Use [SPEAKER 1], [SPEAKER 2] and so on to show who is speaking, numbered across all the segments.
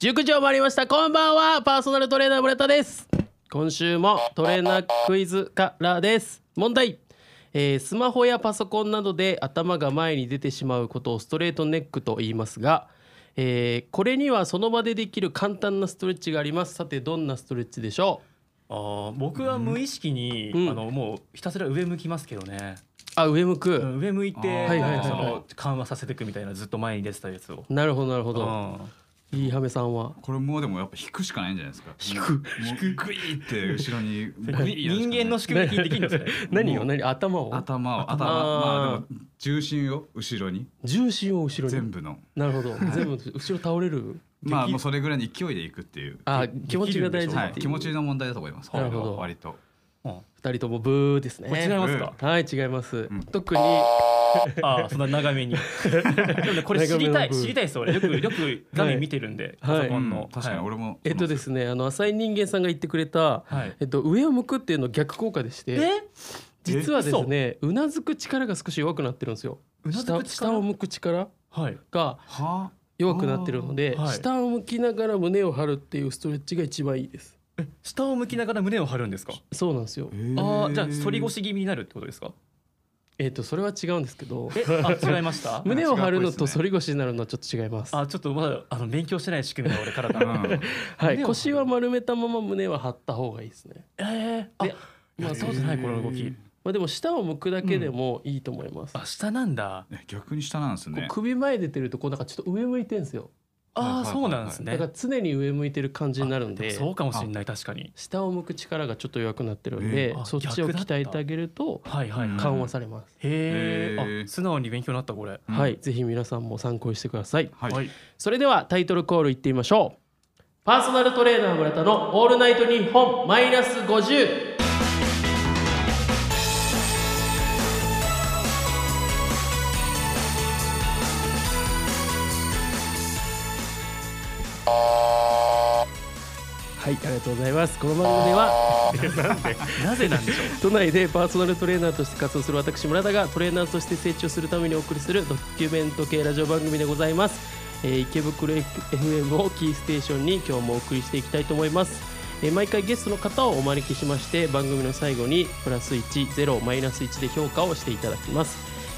[SPEAKER 1] 19時を回りましたこんばんはパーソナルトレーナー森田です今週もトレーナークイズからです問題えースマホやパソコンなどで頭が前に出てしまうことをストレートネックと言いますが、えーこれにはその場でできる簡単なストレッチがありますさてどんなストレッチでしょう
[SPEAKER 2] あー僕は無意識に、
[SPEAKER 1] うん
[SPEAKER 2] あのもうひたすら上向きますけどね、
[SPEAKER 1] あ上向く、
[SPEAKER 2] うん上向いて
[SPEAKER 3] あーはいはい
[SPEAKER 1] はいはい
[SPEAKER 2] その緩和させていくみたいなずっと前に出てたやつを、
[SPEAKER 1] なるほどなるほ
[SPEAKER 2] う
[SPEAKER 1] ど、
[SPEAKER 2] ん
[SPEAKER 1] いいハメさんは
[SPEAKER 3] これもうでもやっぱ引くしかないんじゃないですか
[SPEAKER 1] 引く
[SPEAKER 3] 引くグイーって後ろにグイーやるしか
[SPEAKER 2] 人
[SPEAKER 3] な
[SPEAKER 2] 間の
[SPEAKER 3] い
[SPEAKER 2] 仕組み的にできるんですね
[SPEAKER 1] 何
[SPEAKER 3] も
[SPEAKER 1] を
[SPEAKER 3] う
[SPEAKER 1] 何頭を
[SPEAKER 3] 頭を頭まあでも重心を後ろに
[SPEAKER 1] 重心を後ろに
[SPEAKER 3] 全部の
[SPEAKER 1] なるほど全部後ろ倒れ る
[SPEAKER 3] まあもうそれぐらいの勢いでいくっていう
[SPEAKER 1] あ
[SPEAKER 2] で
[SPEAKER 1] 気持ちが大事
[SPEAKER 3] は
[SPEAKER 1] っ
[SPEAKER 3] い
[SPEAKER 1] てい
[SPEAKER 3] 気
[SPEAKER 1] う、
[SPEAKER 3] 持ちの問題だと思います
[SPEAKER 1] なるほど
[SPEAKER 3] これは割と
[SPEAKER 2] うん
[SPEAKER 1] 2人ともブーですね
[SPEAKER 2] これ違いますか、
[SPEAKER 1] はい違います、
[SPEAKER 3] ん
[SPEAKER 1] 特に
[SPEAKER 2] ああそんな長めにでもねこれ知りた
[SPEAKER 1] 長めの
[SPEAKER 2] い
[SPEAKER 1] 部
[SPEAKER 2] 知りたいです俺よくよく画面見てるんで、
[SPEAKER 1] はい
[SPEAKER 2] パソコンの、
[SPEAKER 3] 確かに俺も
[SPEAKER 1] えっとですねあの浅い人間さんが言ってくれた、
[SPEAKER 2] はい
[SPEAKER 1] えっと、上を向くっていうの逆効果でし
[SPEAKER 2] え
[SPEAKER 1] て実はですねうなずく力が少し弱くなってるんですよ
[SPEAKER 2] うなずく
[SPEAKER 1] 下
[SPEAKER 2] 力
[SPEAKER 1] 下を向く力
[SPEAKER 2] はい
[SPEAKER 1] が
[SPEAKER 3] は
[SPEAKER 1] 弱くなってるので、
[SPEAKER 2] あーはい
[SPEAKER 1] 下を向きながら胸を張るっていうストレッチが一番いいです
[SPEAKER 2] 下を向きながら胸を張るんですか
[SPEAKER 1] そうなんですよ
[SPEAKER 3] あへー
[SPEAKER 2] ああじゃあ反り腰気味になるってことですか
[SPEAKER 1] えっとそれは違うんですけど
[SPEAKER 2] えあ違いました
[SPEAKER 1] 胸を張るのと
[SPEAKER 3] 違うっぽいですね
[SPEAKER 1] 反り腰になるのはちょっと違います
[SPEAKER 2] あちょっとまだあの勉強してない仕組みだ俺体
[SPEAKER 3] う
[SPEAKER 2] が
[SPEAKER 3] ん
[SPEAKER 1] はい
[SPEAKER 2] 胸を張る
[SPEAKER 1] 腰は丸めたまま胸は張った方がいいですね
[SPEAKER 2] ええ
[SPEAKER 1] で
[SPEAKER 2] あ、まあ、そうじゃない、この動き。
[SPEAKER 1] まあでも下を向くだけでもいいと思います、
[SPEAKER 2] あ、下なんだ。
[SPEAKER 3] え逆に下なんです
[SPEAKER 1] こう
[SPEAKER 3] ね
[SPEAKER 1] 首前出てるとこうなんかちょっと上向いてるんですよ、
[SPEAKER 2] あ
[SPEAKER 3] はいはい
[SPEAKER 2] あ、
[SPEAKER 3] はい
[SPEAKER 2] そうなんですね
[SPEAKER 1] だか。ら常に上向いてる感じになるんで
[SPEAKER 2] そうかもしれない、確かに。
[SPEAKER 1] 下を向く力がちょっと弱くなってるんで、
[SPEAKER 2] えーあ
[SPEAKER 1] そっちを
[SPEAKER 2] 逆だった
[SPEAKER 1] 鍛えてあげると
[SPEAKER 2] はいはい。
[SPEAKER 3] うん
[SPEAKER 2] へ
[SPEAKER 1] 緩和されます、
[SPEAKER 2] え
[SPEAKER 3] へ、ー
[SPEAKER 2] あ、素直に勉強になった、これ。
[SPEAKER 3] うん
[SPEAKER 1] はいぜひ皆さんも参考にしてください
[SPEAKER 3] はい
[SPEAKER 2] はい。
[SPEAKER 1] それではタイトルコールいってみましょうパーソナルトレーナー村田の「オールナイトニッポンマイナス50」はい、ありがとうございます。この番組では
[SPEAKER 2] なぜなんでしょ
[SPEAKER 1] 都
[SPEAKER 2] う。
[SPEAKER 1] 内でパーソナルトレーナーとして活動する私村田がトレーナーとして成長するためにお送りするドキュメント系ラジオ番組でございます、えー池袋 FM をキーステーションに今日もお送りしていきたいと思います、えー毎回ゲストの方をお招きしまして番組の最後にプラス10マイナス1で評価をしていただきます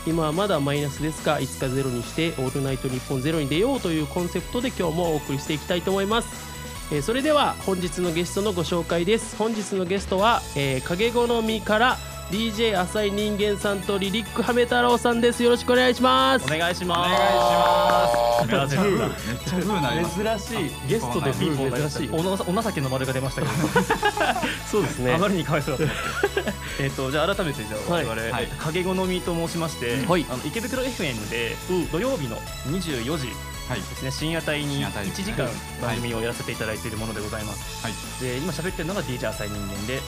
[SPEAKER 1] 今はまだマイナスですがいつかゼロにして「オールナイトニッポンゼロに出ようというコンセプトで今日もお送りしていきたいと思いますえーそれでは本日のゲストのご紹介です本日のゲストは、えー、影好みから DJ 浅い人間さんとリリックハメ太郎さんですよろしくお願いします
[SPEAKER 2] お願いしま
[SPEAKER 3] お
[SPEAKER 2] す。なぜ
[SPEAKER 3] ブ
[SPEAKER 2] なんだ
[SPEAKER 3] ーめっちゃブーなります
[SPEAKER 2] 珍しい。ゲストでピンポン鳴りましたけど。おなお情けの丸が出ましたけ
[SPEAKER 1] そうです
[SPEAKER 2] ど、あ
[SPEAKER 1] ね
[SPEAKER 2] まりにかわいそうだ った。えっと、じゃあ改めてじゃあ
[SPEAKER 1] は
[SPEAKER 2] 我
[SPEAKER 1] い
[SPEAKER 2] 々、
[SPEAKER 3] は
[SPEAKER 2] え
[SPEAKER 3] い
[SPEAKER 2] っと影好みと申しまして、
[SPEAKER 1] はい
[SPEAKER 2] あの池袋 FM で
[SPEAKER 1] うん
[SPEAKER 2] 土曜日の24時
[SPEAKER 3] はい
[SPEAKER 2] ですね、深夜帯に
[SPEAKER 3] 深夜帯
[SPEAKER 2] 1
[SPEAKER 3] です
[SPEAKER 2] 時
[SPEAKER 3] ね
[SPEAKER 2] 間
[SPEAKER 3] は
[SPEAKER 2] 番
[SPEAKER 3] い
[SPEAKER 2] 組をやらせていただいているものでございます。
[SPEAKER 3] はい
[SPEAKER 2] で今喋ってるのが DJ 浅い人間で、
[SPEAKER 3] はい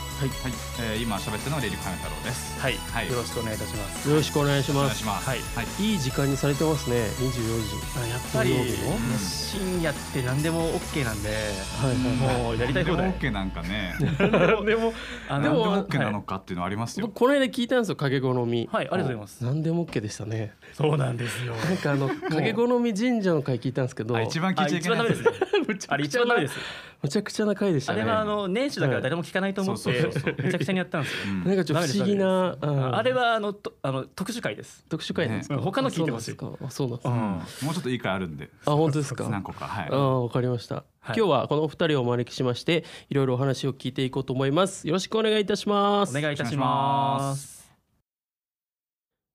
[SPEAKER 3] えー今喋ってるのはレリックハメ太郎です
[SPEAKER 2] はい、
[SPEAKER 3] はい
[SPEAKER 2] よろしくお願いいたします。
[SPEAKER 1] よろしくお願いし
[SPEAKER 3] お願
[SPEAKER 1] ま
[SPEAKER 3] いし
[SPEAKER 1] す
[SPEAKER 3] ます
[SPEAKER 2] はい
[SPEAKER 3] はい
[SPEAKER 1] いい時間にされてますね24時
[SPEAKER 2] やっぱり、
[SPEAKER 1] 土曜日の
[SPEAKER 2] ね深夜って何でも OK なんで、
[SPEAKER 1] はいはいはい
[SPEAKER 2] もうやりたい
[SPEAKER 3] で
[SPEAKER 2] 放
[SPEAKER 3] も
[SPEAKER 2] 題。
[SPEAKER 3] OK なんかね
[SPEAKER 2] 何でも、あ
[SPEAKER 3] なん
[SPEAKER 2] の
[SPEAKER 3] で
[SPEAKER 2] はい
[SPEAKER 3] も OK なのかっていうのはありますよ
[SPEAKER 1] 僕この間聞いたんですよ影好み
[SPEAKER 2] はい、ありがとうございます。
[SPEAKER 1] 何でも OK でしたね
[SPEAKER 2] そうなんですよ。
[SPEAKER 1] なんかあの影好み神社の会聞いたんですけど
[SPEAKER 3] あ一番聞い
[SPEAKER 2] あ
[SPEAKER 3] ちゃい
[SPEAKER 2] 一
[SPEAKER 3] け
[SPEAKER 2] 番ダ
[SPEAKER 3] ない
[SPEAKER 2] メ
[SPEAKER 3] や
[SPEAKER 2] で
[SPEAKER 3] つ
[SPEAKER 2] すね。あれ一番ダメです。
[SPEAKER 1] むちゃくちゃな会でし
[SPEAKER 2] あ
[SPEAKER 1] たね
[SPEAKER 2] れはあの年始だから誰も聞かないと思っ
[SPEAKER 3] はい
[SPEAKER 2] て
[SPEAKER 3] そうそうそうそう
[SPEAKER 2] めちゃくちゃにやったんですよ。
[SPEAKER 3] うん
[SPEAKER 1] なんかちょっと不思議なうん
[SPEAKER 2] あれはあのとあの特殊会です。
[SPEAKER 1] 特殊会なんですか
[SPEAKER 2] ね他の聞いてほし
[SPEAKER 1] あそ
[SPEAKER 2] い
[SPEAKER 1] うなんですかあそうなんです
[SPEAKER 2] う
[SPEAKER 1] か
[SPEAKER 2] ん
[SPEAKER 3] もうちょっといい回あるんで
[SPEAKER 1] あ本当ですか
[SPEAKER 3] 何個かはい
[SPEAKER 1] ああ、わかりました。
[SPEAKER 2] はい
[SPEAKER 1] 今日はこのお二人をお招きしまして、いろいろお話を聞いていこうと思います。よろしくお願いいたしま
[SPEAKER 2] お
[SPEAKER 1] す。
[SPEAKER 2] 願いいたします。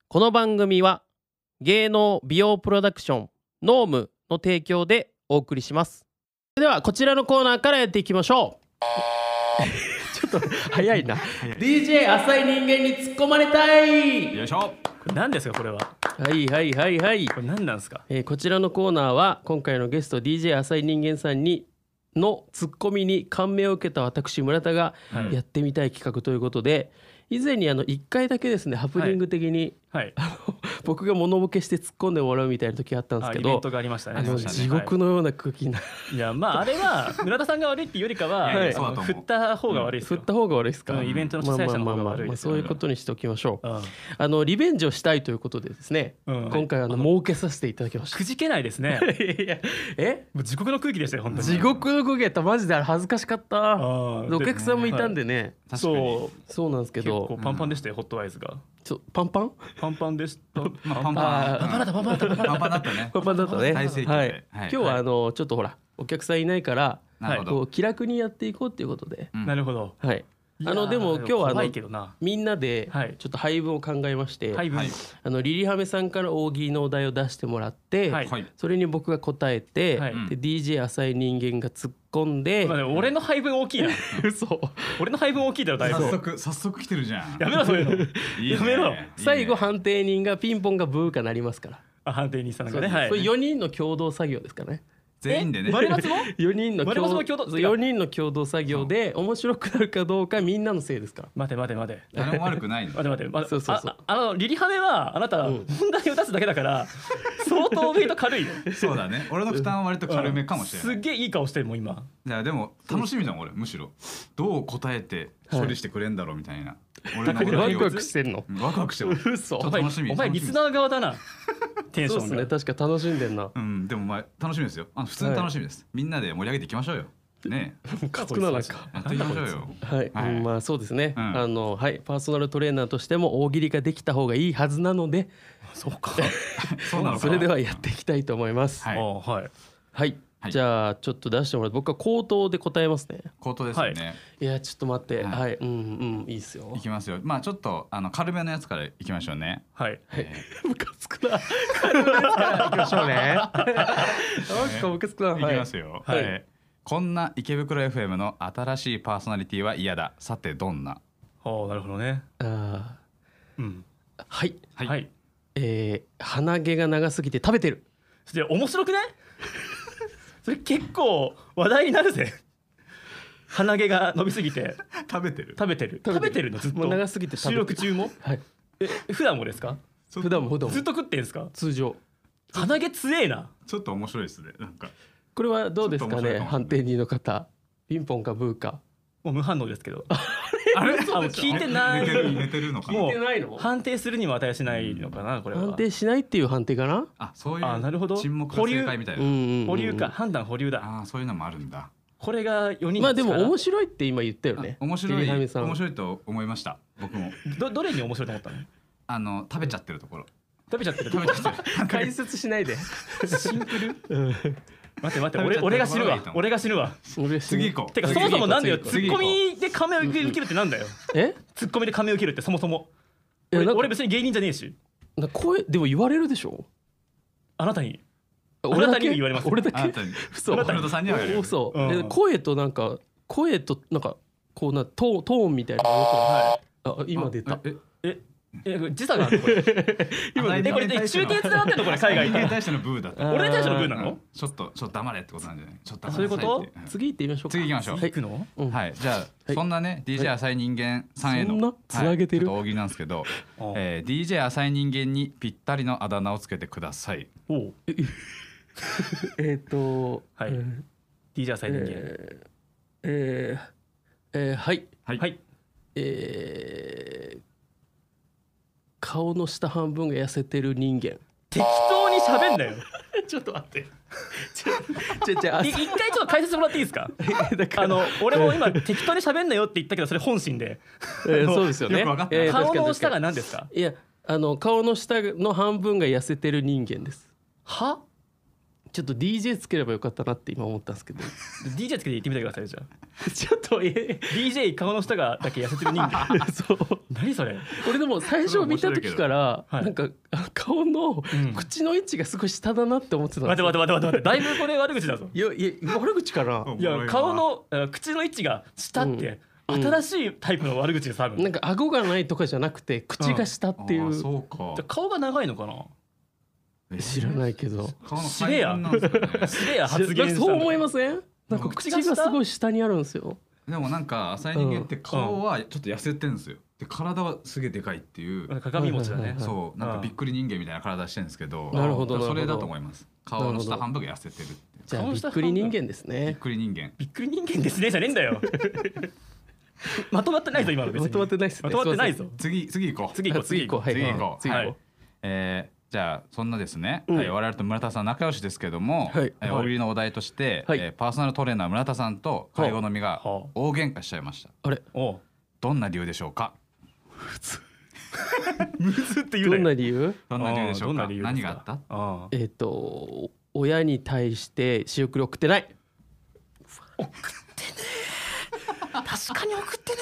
[SPEAKER 1] この番組は芸能美容プロダクションノームの提供でお送りします。それではこちらのコーナーからやっていきまし ょう。ちょっと早いな。DJ 浅い人間に突っ込まれたい。
[SPEAKER 3] よいしょ
[SPEAKER 2] これ何ですかこれは。
[SPEAKER 1] はいはいはいはい。
[SPEAKER 2] これ何なんですか。
[SPEAKER 1] えーこちらのコーナーは今回のゲスト DJ 浅井人間さんにのツッコミに感銘を受けた私村田が
[SPEAKER 2] はい
[SPEAKER 1] やってみたい企画ということで、以前にあの1回だけですねハプニング的に
[SPEAKER 2] はい。
[SPEAKER 1] 僕が物ボケして突っ込んでもらうみたいな時あったんです
[SPEAKER 2] あ
[SPEAKER 1] け
[SPEAKER 2] イベン
[SPEAKER 1] ど
[SPEAKER 2] トがありましたね。
[SPEAKER 1] あの
[SPEAKER 2] そうですね
[SPEAKER 1] 地獄のような空気になる、
[SPEAKER 2] はいいやまああれは村田さんが悪いっていうよりかは、
[SPEAKER 3] は
[SPEAKER 2] あ
[SPEAKER 3] い
[SPEAKER 2] の
[SPEAKER 3] そうだと思う
[SPEAKER 2] 振った方が悪いです
[SPEAKER 1] 振
[SPEAKER 2] よ
[SPEAKER 1] っ。た方が悪いですか、
[SPEAKER 2] うんイベントの主催者の方が悪いです
[SPEAKER 1] まあ
[SPEAKER 2] よ
[SPEAKER 1] まあまあまあそういうことにしておきましょう
[SPEAKER 2] うん
[SPEAKER 1] あのリベンジをしたいということでですね、
[SPEAKER 2] うん
[SPEAKER 1] 今回あの儲けさせていただきまし
[SPEAKER 2] くじ けないですね。
[SPEAKER 1] たいやいやえ
[SPEAKER 2] もう地獄の空気でしたよ本当に。
[SPEAKER 1] 地獄の空気やったマジであれ恥ずかしかった
[SPEAKER 2] あ
[SPEAKER 1] で
[SPEAKER 2] ー
[SPEAKER 1] お客さんもいたんでね、
[SPEAKER 3] かに
[SPEAKER 2] そう
[SPEAKER 1] そうなんですけ
[SPEAKER 2] 結
[SPEAKER 1] ど
[SPEAKER 2] 構パンパンでしたよ、ホットアイズが
[SPEAKER 1] ちょパンパン
[SPEAKER 2] パンパンでした
[SPEAKER 3] まあパン
[SPEAKER 1] あー
[SPEAKER 3] パンだった。パンパンだった。パンパンだったね
[SPEAKER 1] パ。ンパンだったね。
[SPEAKER 3] 大盛況で
[SPEAKER 1] は
[SPEAKER 3] はい
[SPEAKER 1] い。今日はあのちょっとほらお客さんいないから、
[SPEAKER 3] なるほ
[SPEAKER 1] こう
[SPEAKER 3] ど。
[SPEAKER 1] 気楽にやっていこうっていうことで、
[SPEAKER 3] うん
[SPEAKER 2] なるほど
[SPEAKER 1] はい。あ
[SPEAKER 2] いや
[SPEAKER 1] の
[SPEAKER 2] ー
[SPEAKER 1] でも今日はあ
[SPEAKER 2] 怖
[SPEAKER 1] の
[SPEAKER 2] いけどな
[SPEAKER 1] みんなで
[SPEAKER 2] はい
[SPEAKER 1] ちょっと配分を考えまして、
[SPEAKER 2] 配分
[SPEAKER 3] はい
[SPEAKER 1] あのリリハメさんから大喜利のお題を出してもらって、
[SPEAKER 2] はい
[SPEAKER 3] はい。
[SPEAKER 1] それに僕が答えて、
[SPEAKER 2] はい
[SPEAKER 1] で DJ 浅い人間が突っ込ん で、
[SPEAKER 2] まあね俺の配分大 きいな
[SPEAKER 1] 嘘。
[SPEAKER 2] 俺の配分大きいだろだいぶ
[SPEAKER 3] 早速早速来てるじゃん。
[SPEAKER 2] やめろそういうの
[SPEAKER 3] いいね
[SPEAKER 2] やめろ
[SPEAKER 3] いいね
[SPEAKER 1] 最後判定人がピンポンがブーかなりますから。
[SPEAKER 2] あ判定にしたの
[SPEAKER 1] そ
[SPEAKER 2] が
[SPEAKER 1] う
[SPEAKER 2] ね
[SPEAKER 1] です
[SPEAKER 2] はい
[SPEAKER 1] それ4人の共同作業ですからね。
[SPEAKER 3] 全員でね。
[SPEAKER 2] 丸 松も
[SPEAKER 1] 4人の
[SPEAKER 2] 丸
[SPEAKER 1] 共
[SPEAKER 2] 松
[SPEAKER 1] 同
[SPEAKER 2] の共同
[SPEAKER 1] そう4人の共同作業で面白くなるかどうかみんなのせいですから。
[SPEAKER 2] 待て待て待て
[SPEAKER 3] 誰も悪くないの。
[SPEAKER 2] 待て待て待て
[SPEAKER 1] そうそうそう
[SPEAKER 2] あああのリリハメはあなた
[SPEAKER 1] うん
[SPEAKER 2] 問題を出すだけだから相当ウェイト軽いよ
[SPEAKER 3] そうだね。俺の負担は割と 軽めかもしれない。
[SPEAKER 2] すっげえいい顔してるもん今
[SPEAKER 3] いやでも楽しみだもん俺むしろどう答えて処理してくれんだろうみたいな、俺の
[SPEAKER 1] ワクワ
[SPEAKER 3] ク
[SPEAKER 1] クしてんの。
[SPEAKER 3] ワクワクしてます
[SPEAKER 1] 嘘。
[SPEAKER 2] お
[SPEAKER 3] ちょっと
[SPEAKER 2] 前
[SPEAKER 3] 楽しみ
[SPEAKER 2] お前
[SPEAKER 3] 楽
[SPEAKER 2] リ
[SPEAKER 3] しみ
[SPEAKER 2] スナー側だなテンシ
[SPEAKER 1] そうで
[SPEAKER 2] ョ
[SPEAKER 1] すね。
[SPEAKER 2] ンが
[SPEAKER 1] 確か楽しんでんな。
[SPEAKER 3] うんでもまあ楽しみですよあの普通に楽しみです、みんなで盛り上げていきましょうよね え
[SPEAKER 1] カツなのか。
[SPEAKER 3] やっていきましょうよ
[SPEAKER 1] はい、
[SPEAKER 3] はい
[SPEAKER 1] うんまあそうですね、
[SPEAKER 3] うん
[SPEAKER 1] あのはいパーソナルトレーナーとしても大喜利ができた方がいいはずなので
[SPEAKER 2] そう か
[SPEAKER 3] そうなのか
[SPEAKER 1] それではやっていきたいと思います
[SPEAKER 3] は
[SPEAKER 1] はい、
[SPEAKER 3] い
[SPEAKER 2] あーはい
[SPEAKER 3] はい
[SPEAKER 1] じゃあちょっと出してもらって僕は口頭で答えますね
[SPEAKER 3] 口頭ですよね、
[SPEAKER 1] いやちょっと待っては
[SPEAKER 3] はい
[SPEAKER 1] い、うんうんいいっすよ
[SPEAKER 3] い、きますよまあちょっとあの軽めのやつからいきましょうね
[SPEAKER 2] はい
[SPEAKER 1] ムカつく な行きましょうねなんか ムカつくな、
[SPEAKER 3] いき
[SPEAKER 1] はい
[SPEAKER 3] ますよ
[SPEAKER 1] はい
[SPEAKER 3] えーこんな池袋 FM の新しいパーソナリティは嫌ださてどんな
[SPEAKER 2] ああなるほどね
[SPEAKER 1] あ
[SPEAKER 2] うん
[SPEAKER 1] ーはい
[SPEAKER 3] はい
[SPEAKER 2] はい
[SPEAKER 1] えー、鼻毛が長すぎて食べてる
[SPEAKER 2] それ面白くねそれ結構話題になるぜ鼻毛が伸びすぎて
[SPEAKER 3] 食べてる
[SPEAKER 2] 食べてる
[SPEAKER 1] 食
[SPEAKER 2] 食
[SPEAKER 1] べ
[SPEAKER 2] べ
[SPEAKER 1] て
[SPEAKER 2] て
[SPEAKER 1] る
[SPEAKER 2] るのずっ
[SPEAKER 1] も
[SPEAKER 2] と
[SPEAKER 1] う長すぎて食べてる
[SPEAKER 2] 収録中も
[SPEAKER 1] はい
[SPEAKER 2] え普段もですか
[SPEAKER 3] ちょっ
[SPEAKER 1] 普
[SPEAKER 3] と
[SPEAKER 1] 段も普段も
[SPEAKER 2] ずっと食ってんすか
[SPEAKER 1] 通常
[SPEAKER 2] 鼻毛強えな
[SPEAKER 3] ちょっと面白いですねなんか
[SPEAKER 1] これはどうですか
[SPEAKER 3] ちょっと面白い
[SPEAKER 1] ね
[SPEAKER 3] かも
[SPEAKER 1] 判定人の方ピンポンかブーか
[SPEAKER 2] もう無反応ですけど
[SPEAKER 3] あれ
[SPEAKER 2] あもう聞いてな
[SPEAKER 3] 寝てる
[SPEAKER 2] い
[SPEAKER 3] 寝てるのかな
[SPEAKER 2] もう
[SPEAKER 1] ないの
[SPEAKER 2] 判定するにも値しないのかなこれは
[SPEAKER 1] 判定しないっていう判定かな
[SPEAKER 3] あそういう
[SPEAKER 2] あなるほど
[SPEAKER 3] 沈黙が正解みたい
[SPEAKER 1] うん
[SPEAKER 3] な、
[SPEAKER 1] うんうん
[SPEAKER 2] 保留か判断保留だ
[SPEAKER 3] あーそういうのもあるんだ、
[SPEAKER 2] これが4人
[SPEAKER 1] まあでも面
[SPEAKER 2] 白
[SPEAKER 1] 白いって今言ったよね
[SPEAKER 3] あ面白
[SPEAKER 1] リ
[SPEAKER 3] い
[SPEAKER 1] リハメさん
[SPEAKER 3] 面白いと思いました僕も
[SPEAKER 2] どどれに面白いと思ったの
[SPEAKER 3] あの食べちゃってると ころ
[SPEAKER 2] 食べちゃってる
[SPEAKER 3] 食べちゃってる
[SPEAKER 1] 解説しないで
[SPEAKER 2] シンプル待って待って
[SPEAKER 3] 食べちゃって
[SPEAKER 2] 俺
[SPEAKER 3] る
[SPEAKER 2] 俺が死ぬ
[SPEAKER 3] ところが
[SPEAKER 2] わ
[SPEAKER 3] いいと思う
[SPEAKER 2] 俺が死ぬわ
[SPEAKER 1] 俺死ぬ
[SPEAKER 3] 次行こう
[SPEAKER 2] てか
[SPEAKER 1] 次
[SPEAKER 2] そもそもなんだよツ
[SPEAKER 1] 次
[SPEAKER 2] ッ
[SPEAKER 3] 行
[SPEAKER 2] コ
[SPEAKER 3] こう
[SPEAKER 2] ミで仮面を受けるってなんだよ
[SPEAKER 1] え
[SPEAKER 2] ツッコミで仮面を受けるってそもそも
[SPEAKER 1] いや
[SPEAKER 2] 俺
[SPEAKER 1] なんか
[SPEAKER 2] 俺別に芸人じゃねえし
[SPEAKER 1] な声でも言われるでしょ
[SPEAKER 2] あなたに
[SPEAKER 1] 俺だ
[SPEAKER 2] あなたに
[SPEAKER 1] け
[SPEAKER 2] も言われますよ
[SPEAKER 1] 俺だ
[SPEAKER 3] あな
[SPEAKER 1] け
[SPEAKER 3] たに
[SPEAKER 1] 嘘
[SPEAKER 3] あなたさんにはやるよ
[SPEAKER 1] 嘘
[SPEAKER 2] うん
[SPEAKER 1] え声となんか声となんかこうなトーントーンみたいなのがよくあ今出た
[SPEAKER 3] え
[SPEAKER 2] ええこれ時差があるのこれ
[SPEAKER 3] 今
[SPEAKER 2] えこれ中継つながってんのこれ海外
[SPEAKER 3] 人間
[SPEAKER 2] と
[SPEAKER 3] に 対してのブーだった
[SPEAKER 1] あ
[SPEAKER 2] 俺に対してのブーな
[SPEAKER 3] うん
[SPEAKER 2] の
[SPEAKER 3] ちょっとちょっと黙れってことなんじゃないちょっと
[SPEAKER 2] そういうこと
[SPEAKER 1] 次行ってみましょうか
[SPEAKER 3] 次行きましょう
[SPEAKER 1] は
[SPEAKER 2] 行
[SPEAKER 1] い
[SPEAKER 2] くの
[SPEAKER 1] うん
[SPEAKER 3] はいじゃ
[SPEAKER 1] は
[SPEAKER 3] あ
[SPEAKER 1] い
[SPEAKER 3] そんなね DJ 浅い人間さんへの
[SPEAKER 1] そんな
[SPEAKER 3] はい
[SPEAKER 1] つなげてる
[SPEAKER 3] ちょっと大喜利なんですけど
[SPEAKER 2] おう
[SPEAKER 3] えー DJ 浅い人間にぴったりのあだ名をつけてください
[SPEAKER 2] おう
[SPEAKER 1] えっと
[SPEAKER 2] はい
[SPEAKER 1] えー
[SPEAKER 2] DJ 浅い人間
[SPEAKER 1] えーえーえーはい
[SPEAKER 3] はい
[SPEAKER 2] はい
[SPEAKER 1] えー顔の下半分が痩せてる人間
[SPEAKER 2] 適当に喋んなよ
[SPEAKER 1] ちょっと待ってちょちょちょ あ
[SPEAKER 2] い一回ちょっと解説もらっていいですか
[SPEAKER 1] だか
[SPEAKER 2] あ
[SPEAKER 1] ら
[SPEAKER 2] の俺 も今適当に喋んなよって言ったけどそれ本心で
[SPEAKER 1] えーそうですよね
[SPEAKER 3] よくわかった
[SPEAKER 1] えー確
[SPEAKER 2] 顔
[SPEAKER 1] かに
[SPEAKER 2] の
[SPEAKER 1] 確か
[SPEAKER 2] 下
[SPEAKER 1] に
[SPEAKER 2] が何ですか
[SPEAKER 1] いやあの顔の下の半分が痩せてる人間です
[SPEAKER 2] は
[SPEAKER 1] ちょっと DJ つければよかったなって今思ったんですけど
[SPEAKER 2] DJ つけて言ってみてくださいよじゃあ
[SPEAKER 1] ちょっとえ
[SPEAKER 2] DJ 顔の下がだけ痩せてる人 間
[SPEAKER 1] そう
[SPEAKER 2] 何それ
[SPEAKER 1] 俺でも最初見た時から
[SPEAKER 2] それ
[SPEAKER 1] なん
[SPEAKER 2] は面白い
[SPEAKER 1] かあ顔の
[SPEAKER 2] ん
[SPEAKER 1] 口の位置がすごい下だなって思ってたん
[SPEAKER 2] 待っ
[SPEAKER 1] です
[SPEAKER 2] て
[SPEAKER 1] よ
[SPEAKER 2] 待って待って待ってだいぶこれ悪口だぞ
[SPEAKER 1] いやいや悪口かな
[SPEAKER 2] いうや
[SPEAKER 3] ん
[SPEAKER 2] 顔のあ口の位置が下って、
[SPEAKER 1] うん
[SPEAKER 2] 新しいタイプの悪口です多分、
[SPEAKER 1] なんか顎がないとかじゃなくて口が下ってい
[SPEAKER 3] あ
[SPEAKER 1] う,、
[SPEAKER 3] ーそうか
[SPEAKER 2] じゃあ顔が長いのかな
[SPEAKER 1] 知らないけど
[SPEAKER 3] 顔の
[SPEAKER 2] 知れや
[SPEAKER 3] 配分なん ですかね
[SPEAKER 2] すげえ発言したんだ
[SPEAKER 1] そう思いませんなんか
[SPEAKER 3] うん
[SPEAKER 1] 口がすごい下にあるんですよ
[SPEAKER 3] でもなんか浅い人間って顔はちょっと痩せてんですよ、で体はすげえでかいっていう、
[SPEAKER 2] 鏡餅だね、
[SPEAKER 1] はい
[SPEAKER 3] そうなんかびっくり人間みたいな体してるんですけど
[SPEAKER 1] なるほど
[SPEAKER 3] だから
[SPEAKER 1] なるほ
[SPEAKER 3] そ
[SPEAKER 1] ど
[SPEAKER 3] れだと思います顔の
[SPEAKER 1] なるほ
[SPEAKER 3] 下
[SPEAKER 1] ど
[SPEAKER 3] 半分が痩せてるっていう
[SPEAKER 1] じゃあ
[SPEAKER 2] 顔
[SPEAKER 1] びっ
[SPEAKER 2] した
[SPEAKER 1] くり人間です
[SPEAKER 3] びっ
[SPEAKER 1] ね
[SPEAKER 3] くり人間
[SPEAKER 2] びっくり人間ですねじゃねえんだ よまとまってないぞ今の別に
[SPEAKER 1] まとまってないっすね
[SPEAKER 2] まとまってないぞ
[SPEAKER 3] 次次行こう
[SPEAKER 2] 次行こ
[SPEAKER 1] あ
[SPEAKER 2] う
[SPEAKER 1] 次行こうはい
[SPEAKER 3] 次行こう
[SPEAKER 1] 次
[SPEAKER 3] は
[SPEAKER 1] 行こ
[SPEAKER 3] いえーじゃあそんなですね、
[SPEAKER 1] うん
[SPEAKER 3] はい我々と村田さん仲良しですけども、
[SPEAKER 1] はい
[SPEAKER 3] えー
[SPEAKER 1] はい
[SPEAKER 3] 大喜利のお題として、
[SPEAKER 1] はい
[SPEAKER 3] えーパーソナルトレーナー村田さんと介護のみが
[SPEAKER 2] はあ
[SPEAKER 3] 大喧嘩しちゃいました
[SPEAKER 1] あれ
[SPEAKER 2] おう
[SPEAKER 3] どんな理由でしょうか
[SPEAKER 2] むずって言う
[SPEAKER 1] ど
[SPEAKER 2] なん
[SPEAKER 1] な理由
[SPEAKER 3] どんな理由でしょう
[SPEAKER 2] あーど
[SPEAKER 3] か
[SPEAKER 2] んな理由です
[SPEAKER 3] 何
[SPEAKER 2] か
[SPEAKER 3] があった
[SPEAKER 2] ああ
[SPEAKER 1] えっ、と親に対して仕送り送ってない
[SPEAKER 2] 確かに送ってね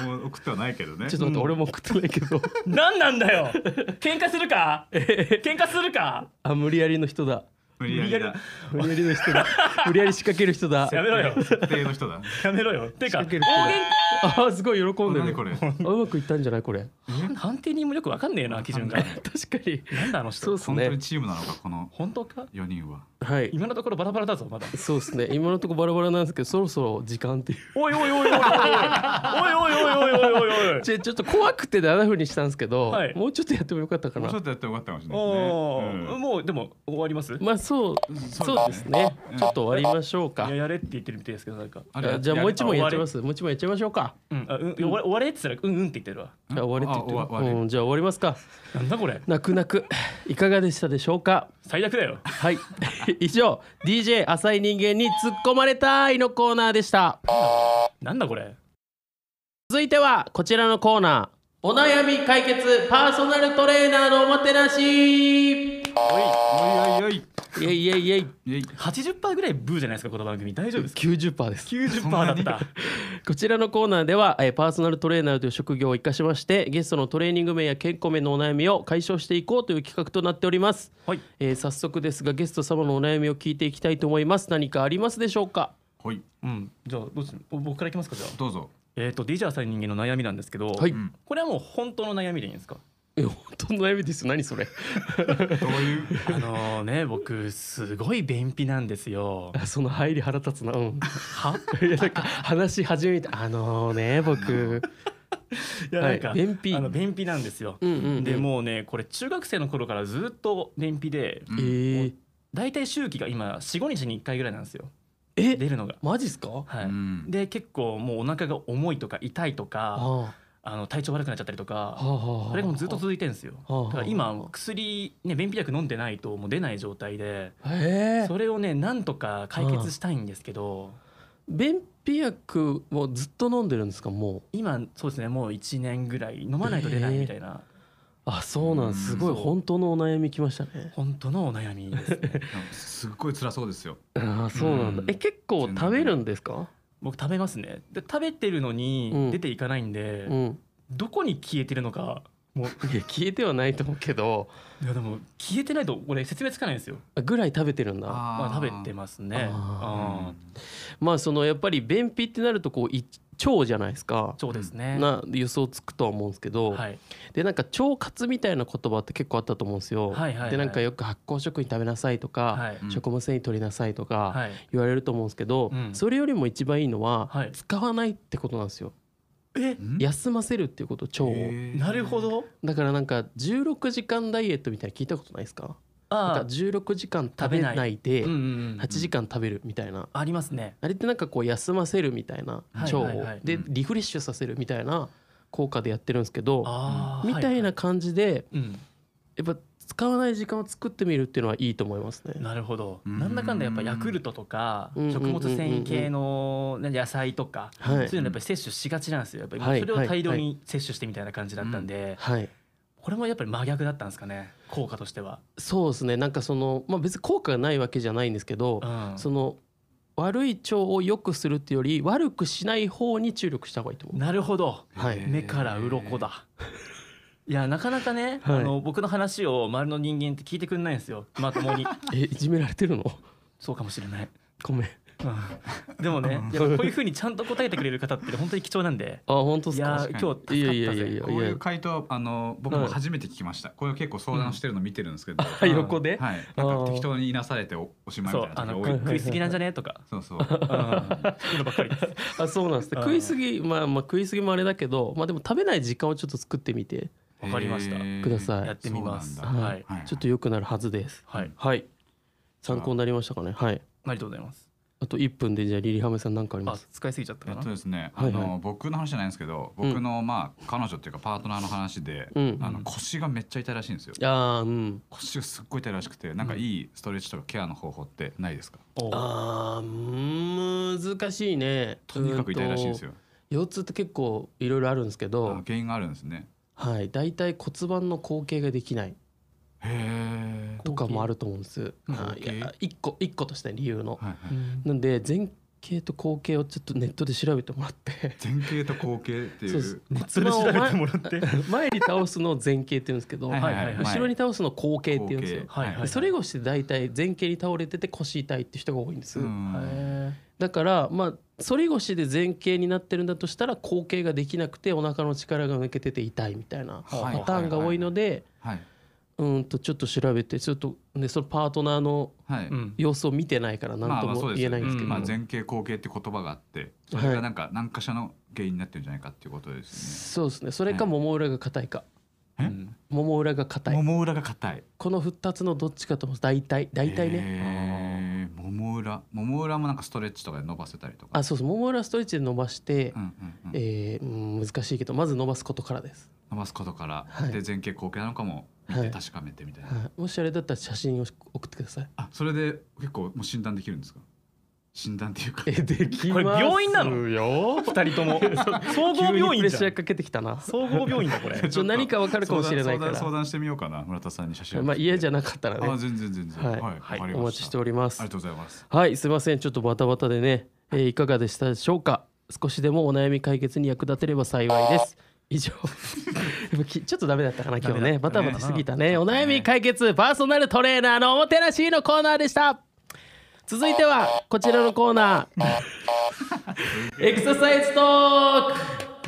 [SPEAKER 3] これも送ってはないけどね
[SPEAKER 1] ちょっと待って、俺も送ってないけど
[SPEAKER 2] 何なんだ よ喧嘩するか喧嘩するか
[SPEAKER 1] あ無理やりの人だ
[SPEAKER 3] 無理やりだ
[SPEAKER 1] 無理やりの人だ無理やり仕掛ける人だ
[SPEAKER 2] やめろよ
[SPEAKER 3] 設定の人だ
[SPEAKER 2] やめろよてか
[SPEAKER 1] 仕掛
[SPEAKER 2] 大
[SPEAKER 1] け
[SPEAKER 2] 喧
[SPEAKER 1] る人だあすごい喜んで
[SPEAKER 3] 何
[SPEAKER 1] る
[SPEAKER 3] これ
[SPEAKER 1] あうまくいったんじゃないこれ
[SPEAKER 2] 嘩判定人もよくわかんねえな基準が
[SPEAKER 1] 確かに
[SPEAKER 2] なんだあの人
[SPEAKER 1] そうっす
[SPEAKER 3] 本当に
[SPEAKER 1] ね
[SPEAKER 3] チームなのかこの
[SPEAKER 2] 本当か
[SPEAKER 3] 4人は
[SPEAKER 1] はい
[SPEAKER 2] 今のところバラバラだぞまだ
[SPEAKER 1] そうですね今のところバラバラなんですけどそろそろ時間っていう
[SPEAKER 2] おいおいおいおいおいおいおいおいおいおいおい おい
[SPEAKER 1] ちょちょっと怖くて7分にしたんですけど、
[SPEAKER 2] はい
[SPEAKER 1] もうちょっとやってもよかったか
[SPEAKER 3] も
[SPEAKER 1] な
[SPEAKER 3] うちょっとやってもよかったかもしれない
[SPEAKER 2] お
[SPEAKER 3] ですね
[SPEAKER 2] ー
[SPEAKER 3] うん
[SPEAKER 2] もうでも終わりますい
[SPEAKER 1] まあそう
[SPEAKER 3] そ
[SPEAKER 1] そうう
[SPEAKER 3] だね
[SPEAKER 1] ですねちょっと終わりましょうか
[SPEAKER 2] ややれって言ってるみたいですけどなんか
[SPEAKER 3] あれ
[SPEAKER 1] あじゃあもう一問やっちゃい
[SPEAKER 3] あ
[SPEAKER 1] ますもう一問やっちゃいましょうか
[SPEAKER 2] うんあうん終わ終われって言ったらうんうんって言ってるわ
[SPEAKER 1] じゃあ終わりって言
[SPEAKER 3] あ
[SPEAKER 1] って
[SPEAKER 3] 終わ終
[SPEAKER 1] る
[SPEAKER 3] わ
[SPEAKER 1] うんじゃあ終わりますか
[SPEAKER 2] なんだこれ
[SPEAKER 1] 泣く泣くいかがでしたでしょうか
[SPEAKER 2] 最悪だよ
[SPEAKER 1] はい 以上 DJ 浅い人間に突っ込まれたいのコーナーでした
[SPEAKER 2] なんだこれ
[SPEAKER 1] 続いてはこちらのコーナーお悩み解決パーソナルトレーナーのおもてなしイ
[SPEAKER 3] おいおいおい
[SPEAKER 1] エイイエイイエイ
[SPEAKER 3] おいえい
[SPEAKER 2] 80%ぐらいブーじゃないですかこの番組大丈夫ですか
[SPEAKER 1] 90%です
[SPEAKER 2] 90%
[SPEAKER 3] な
[SPEAKER 2] だ
[SPEAKER 3] に
[SPEAKER 2] った
[SPEAKER 1] こちらのコーナーでは、えーパーソナルトレーナーという職業を生かしましてゲストのトレーニング面や健康面のお悩みを解消していこうという企画となっております、
[SPEAKER 2] はい
[SPEAKER 1] えー早速ですがゲスト様のお悩みを聞いていきたいと思います何かありますでしょうか
[SPEAKER 3] ほい
[SPEAKER 2] うんじゃあどうする僕からいきますかじゃあ
[SPEAKER 3] どうぞ
[SPEAKER 2] えっと DJ さん人間の悩みなんですけど
[SPEAKER 1] はい
[SPEAKER 3] ん
[SPEAKER 2] これはもう本当の悩みでいいんですか
[SPEAKER 1] え本当の悩みですよ何それ
[SPEAKER 3] どういう
[SPEAKER 2] あの ね僕すごい便秘なんですよ
[SPEAKER 1] あその入り腹立つなうん
[SPEAKER 2] はい
[SPEAKER 1] やなんか話し始めてあのね僕
[SPEAKER 2] いや
[SPEAKER 1] は
[SPEAKER 2] ないんか、
[SPEAKER 1] 便秘
[SPEAKER 2] あの便秘なんですよ、
[SPEAKER 1] うんうんうん
[SPEAKER 2] でもうねこれ中学生の頃からずっと便秘で
[SPEAKER 3] うん
[SPEAKER 1] えー、
[SPEAKER 2] 大体周期が今45日に1回ぐらいなんですよ
[SPEAKER 1] え
[SPEAKER 2] 出るのが
[SPEAKER 1] マジっすか
[SPEAKER 2] はい、
[SPEAKER 3] うん
[SPEAKER 2] で結構もうお腹が重いとか痛いとか
[SPEAKER 1] あ
[SPEAKER 2] あの体調悪くなっちゃったりと
[SPEAKER 1] あ
[SPEAKER 2] か
[SPEAKER 1] はあはあ
[SPEAKER 2] それがもうずっと続いてるんですよ
[SPEAKER 1] はあはあ
[SPEAKER 2] だから今薬ね便秘薬飲んでないともう出ない状態で
[SPEAKER 1] へえ
[SPEAKER 2] それをねなんとか解決したいんですけど
[SPEAKER 1] 便秘薬もずっと飲んでるんですかもう
[SPEAKER 2] 今そうですねもう1年ぐらい飲まないと出ないみたいな
[SPEAKER 1] あそうなんすご
[SPEAKER 2] う
[SPEAKER 1] い
[SPEAKER 2] んそう
[SPEAKER 1] 本当のお悩みきましたね
[SPEAKER 2] 本当のお悩みです ね
[SPEAKER 3] すっごい辛そうですよ
[SPEAKER 1] ああそうなんだ
[SPEAKER 2] うん
[SPEAKER 1] え結構食べるんですか
[SPEAKER 2] 僕食べますねで食べてるの
[SPEAKER 1] うん
[SPEAKER 2] に出ていかないんで、
[SPEAKER 1] うん
[SPEAKER 2] どこに消えてるのかもう
[SPEAKER 1] いや消えてはないと思うけど
[SPEAKER 2] いやでも消えてないとこれ説明つかないんですよ
[SPEAKER 1] あぐらい食べてるんだ
[SPEAKER 3] あ
[SPEAKER 2] まあ食べてますね
[SPEAKER 1] あ
[SPEAKER 2] あ
[SPEAKER 1] まあそのやっぱり便秘ってなるとこう胃腸じゃないですか
[SPEAKER 2] そうですね、
[SPEAKER 1] な予想つくとは思うんですけど、
[SPEAKER 2] はい、
[SPEAKER 1] でなんか腸活みたいな言葉って結構あったと思うんですよ、
[SPEAKER 2] はいはいはい
[SPEAKER 1] でなんかよく発酵食品食べなさいとか、
[SPEAKER 2] はい
[SPEAKER 3] うん
[SPEAKER 1] 食物繊維取りなさいとか、
[SPEAKER 2] はい、
[SPEAKER 1] 言われると思うんですけど、
[SPEAKER 2] うん
[SPEAKER 1] それよりも一番いいのは、
[SPEAKER 2] はい
[SPEAKER 1] 使わないってことなんですよ
[SPEAKER 2] え
[SPEAKER 3] ん
[SPEAKER 1] 休ませるっていうこと腸を、
[SPEAKER 3] へー
[SPEAKER 2] なるほど
[SPEAKER 1] だからなんか16時間ダイエットみたいなの聞いたことないですかなんか
[SPEAKER 2] あ
[SPEAKER 1] 16時間食べないで
[SPEAKER 2] あ、うんうんうん
[SPEAKER 1] 8時間食べるみたいな、
[SPEAKER 2] ありますね
[SPEAKER 1] あれってなんかこう休ませるみたいな
[SPEAKER 2] はい
[SPEAKER 1] 腸を、
[SPEAKER 2] はいはい
[SPEAKER 1] で
[SPEAKER 3] うん
[SPEAKER 1] リフレッシュさせるみたいな効果でやってるんですけど
[SPEAKER 2] ああ
[SPEAKER 1] みたいな感じで
[SPEAKER 2] うん、
[SPEAKER 1] やっぱ使わない時間を作ってみるっていうのはいいと思いますね。
[SPEAKER 2] なるほど
[SPEAKER 3] うん
[SPEAKER 2] なんだかんだやっぱヤクルトとか
[SPEAKER 1] うん
[SPEAKER 2] 食物繊維系のね野菜とかそう
[SPEAKER 1] はい
[SPEAKER 2] いうのやっぱり摂取しがちなんですよやっぱ
[SPEAKER 1] は
[SPEAKER 2] り
[SPEAKER 1] い
[SPEAKER 2] それを大量
[SPEAKER 1] はい
[SPEAKER 2] に摂取してみたいな感じだったんで
[SPEAKER 1] はい、
[SPEAKER 2] これもやっぱり真逆だったんですかね効果としては、
[SPEAKER 1] そうですねなんかその、まあ、別に効果がないわけじゃないんですけど、
[SPEAKER 2] うん、
[SPEAKER 1] その悪い腸を良くするっていうより悪くしない方に注力した方がいいと思う。
[SPEAKER 2] なるほど
[SPEAKER 1] はい
[SPEAKER 2] 目から鱗だいやなかなかね、
[SPEAKER 1] はい
[SPEAKER 2] あの僕の話を周り の人間って聞いてくんないんですよまともに
[SPEAKER 1] えいじめられてるの
[SPEAKER 2] そうかもしれない
[SPEAKER 1] ごめん
[SPEAKER 2] でもね、やっぱこういうふうにちゃんと答えてくれる方って本当に貴重なんで。
[SPEAKER 1] あ本当っ
[SPEAKER 2] い
[SPEAKER 1] す
[SPEAKER 2] や
[SPEAKER 1] か
[SPEAKER 2] ー、
[SPEAKER 3] 確かに
[SPEAKER 2] 今日
[SPEAKER 1] いや
[SPEAKER 2] 助
[SPEAKER 1] いやいや
[SPEAKER 2] かったぜ
[SPEAKER 1] い。や
[SPEAKER 3] こういう回答はあの僕も初めて聞きました。これを結構相談してるの見てるんですけど、
[SPEAKER 1] あ横で、
[SPEAKER 3] はい、なんか適当に言いなされておおしまい
[SPEAKER 2] そ
[SPEAKER 3] み
[SPEAKER 2] う、
[SPEAKER 3] た
[SPEAKER 2] あ
[SPEAKER 3] いな
[SPEAKER 2] の
[SPEAKER 3] 時多い。
[SPEAKER 2] 食いすぎなんじゃねとか。
[SPEAKER 3] そうそう。
[SPEAKER 2] いうのばっかりです。
[SPEAKER 1] あそうなんですね
[SPEAKER 2] あー
[SPEAKER 1] 食いすぎまあまあ食いすぎもあれだけどまあでも食べない時間をちょっと作ってみて
[SPEAKER 2] わかりました
[SPEAKER 3] へー
[SPEAKER 1] ください
[SPEAKER 2] やってみます。
[SPEAKER 3] そう
[SPEAKER 2] は
[SPEAKER 3] な
[SPEAKER 2] い
[SPEAKER 3] ん
[SPEAKER 1] だ
[SPEAKER 2] はい、
[SPEAKER 3] はい
[SPEAKER 1] ちょっと良くなるはずです
[SPEAKER 2] はい、
[SPEAKER 1] はい参考になりましたかねはい
[SPEAKER 2] ありがとうございます。
[SPEAKER 1] あと1分でじゃあリリハメさん何かありま
[SPEAKER 2] あ
[SPEAKER 1] す、
[SPEAKER 2] 使いすぎちゃったか
[SPEAKER 3] えっ
[SPEAKER 2] な
[SPEAKER 3] と。ですね、
[SPEAKER 1] はいはい
[SPEAKER 3] あの僕の話じゃないんですけど、僕のまあ彼女っていうかパートナーの話で、
[SPEAKER 1] うん
[SPEAKER 3] あの腰がめっちゃ痛いらしいんですよ。
[SPEAKER 1] あーうん
[SPEAKER 3] 腰がすっごい痛いらしくて、なんかいいストレッチとかケアの方法ってないですか？
[SPEAKER 2] おう
[SPEAKER 1] あー難しいね
[SPEAKER 3] とにかく痛いらしいんです
[SPEAKER 1] よ
[SPEAKER 3] よ。
[SPEAKER 1] 腰痛って結構いろいろあるんですけ
[SPEAKER 3] あ
[SPEAKER 1] ど
[SPEAKER 3] 原因があるんですね。
[SPEAKER 1] はい大体骨盤の後傾ができない
[SPEAKER 3] へえ。
[SPEAKER 1] とかもあると思うんです
[SPEAKER 2] 後
[SPEAKER 1] は
[SPEAKER 3] 傾
[SPEAKER 1] いいや一個一個として理由の
[SPEAKER 3] はいは
[SPEAKER 2] う
[SPEAKER 3] い。
[SPEAKER 2] ん
[SPEAKER 1] なんで前傾と後傾をちょっとネットで調べてもらって
[SPEAKER 3] 前傾と後傾ってい
[SPEAKER 1] そうで
[SPEAKER 3] う。
[SPEAKER 1] す
[SPEAKER 2] それ調べてもらって。
[SPEAKER 1] 前に倒すのを前傾って言うんですけど、
[SPEAKER 3] はいはいはい
[SPEAKER 2] はい
[SPEAKER 1] 後ろに倒すのを後傾って言うんですよ
[SPEAKER 3] 後。
[SPEAKER 2] はい
[SPEAKER 1] でそれ以後して大体前傾に倒れてて腰痛いって人が多いんです、
[SPEAKER 3] うん
[SPEAKER 2] へ
[SPEAKER 1] だからまあ反り腰で前傾になってるんだとしたら後傾ができなくてお腹の力が抜けてて痛いみたいな
[SPEAKER 2] はいはいはい
[SPEAKER 1] パターンが多いので
[SPEAKER 3] はい
[SPEAKER 1] うんとちょっと調べてちょっとねそのパートナーの
[SPEAKER 3] はい。
[SPEAKER 2] ーうん。
[SPEAKER 1] 様子を見てないから何と
[SPEAKER 3] まあまあそ
[SPEAKER 1] も
[SPEAKER 3] うです
[SPEAKER 1] 言えないんですけど
[SPEAKER 3] まあ
[SPEAKER 2] うん
[SPEAKER 3] 前傾後傾って言葉があって、それがなんか何かしらの原因になってるんじゃないかっていうことです
[SPEAKER 1] そうですねそれかもも裏が硬いか
[SPEAKER 2] う
[SPEAKER 3] よね。
[SPEAKER 2] ん
[SPEAKER 1] もも裏が硬
[SPEAKER 3] え？も
[SPEAKER 1] い
[SPEAKER 3] も裏が硬い。
[SPEAKER 1] この2つのどっちかと思う大体大体ね、
[SPEAKER 3] ね。もも裏、もも裏もなんかストレッチとかで伸ばせたりとか。
[SPEAKER 1] あそうそうもも裏ストレッチで伸ばして、
[SPEAKER 3] うんうんうん。
[SPEAKER 1] えーうん難しいけどまず伸ばすことからです、
[SPEAKER 3] 伸ばすことから、
[SPEAKER 1] はい
[SPEAKER 3] で前傾後傾なのかも見
[SPEAKER 1] は
[SPEAKER 3] て
[SPEAKER 1] い
[SPEAKER 3] 確かめてみたいな。
[SPEAKER 1] はい、もしあれだったら写真を送ってください
[SPEAKER 3] あ、それで結構もう診断できるんですか？診断っていうか。
[SPEAKER 1] え でき
[SPEAKER 2] これ
[SPEAKER 1] ます
[SPEAKER 2] 病院なの
[SPEAKER 1] よ
[SPEAKER 2] 二人 とも。総合
[SPEAKER 1] 急に
[SPEAKER 2] 病
[SPEAKER 1] プ
[SPEAKER 2] 院
[SPEAKER 1] レッ
[SPEAKER 2] じゃ
[SPEAKER 1] シャ
[SPEAKER 2] ん
[SPEAKER 1] ー。かけてきたな
[SPEAKER 2] 総合病院だこれ。
[SPEAKER 1] ちょっと何かわかるかもしれないから
[SPEAKER 3] 相談相談してみようかな村田さんに写真を送っ
[SPEAKER 1] まあ
[SPEAKER 3] て
[SPEAKER 1] 嫌じゃなかったら
[SPEAKER 3] あ
[SPEAKER 1] ね
[SPEAKER 3] 全然全然
[SPEAKER 1] はい
[SPEAKER 3] はい、
[SPEAKER 2] はい
[SPEAKER 3] わかりました
[SPEAKER 1] お待ちしておりま
[SPEAKER 3] あ
[SPEAKER 1] す
[SPEAKER 3] りがとうございます
[SPEAKER 1] はいすいませんちょっとバタバタでね、えーいかがでしたでしょうか少しでもお悩み解決に役立てれば幸いです以上 きちょっとダメだったかな今日
[SPEAKER 2] ダメだ
[SPEAKER 1] ね
[SPEAKER 2] った
[SPEAKER 1] バ
[SPEAKER 2] ね
[SPEAKER 1] タバタしすぎたね
[SPEAKER 3] うん
[SPEAKER 1] お悩み解決パーソナルトレーナーのおもてなしのコーナーでした続いてはこちらのコーナ ーエクササイズトーク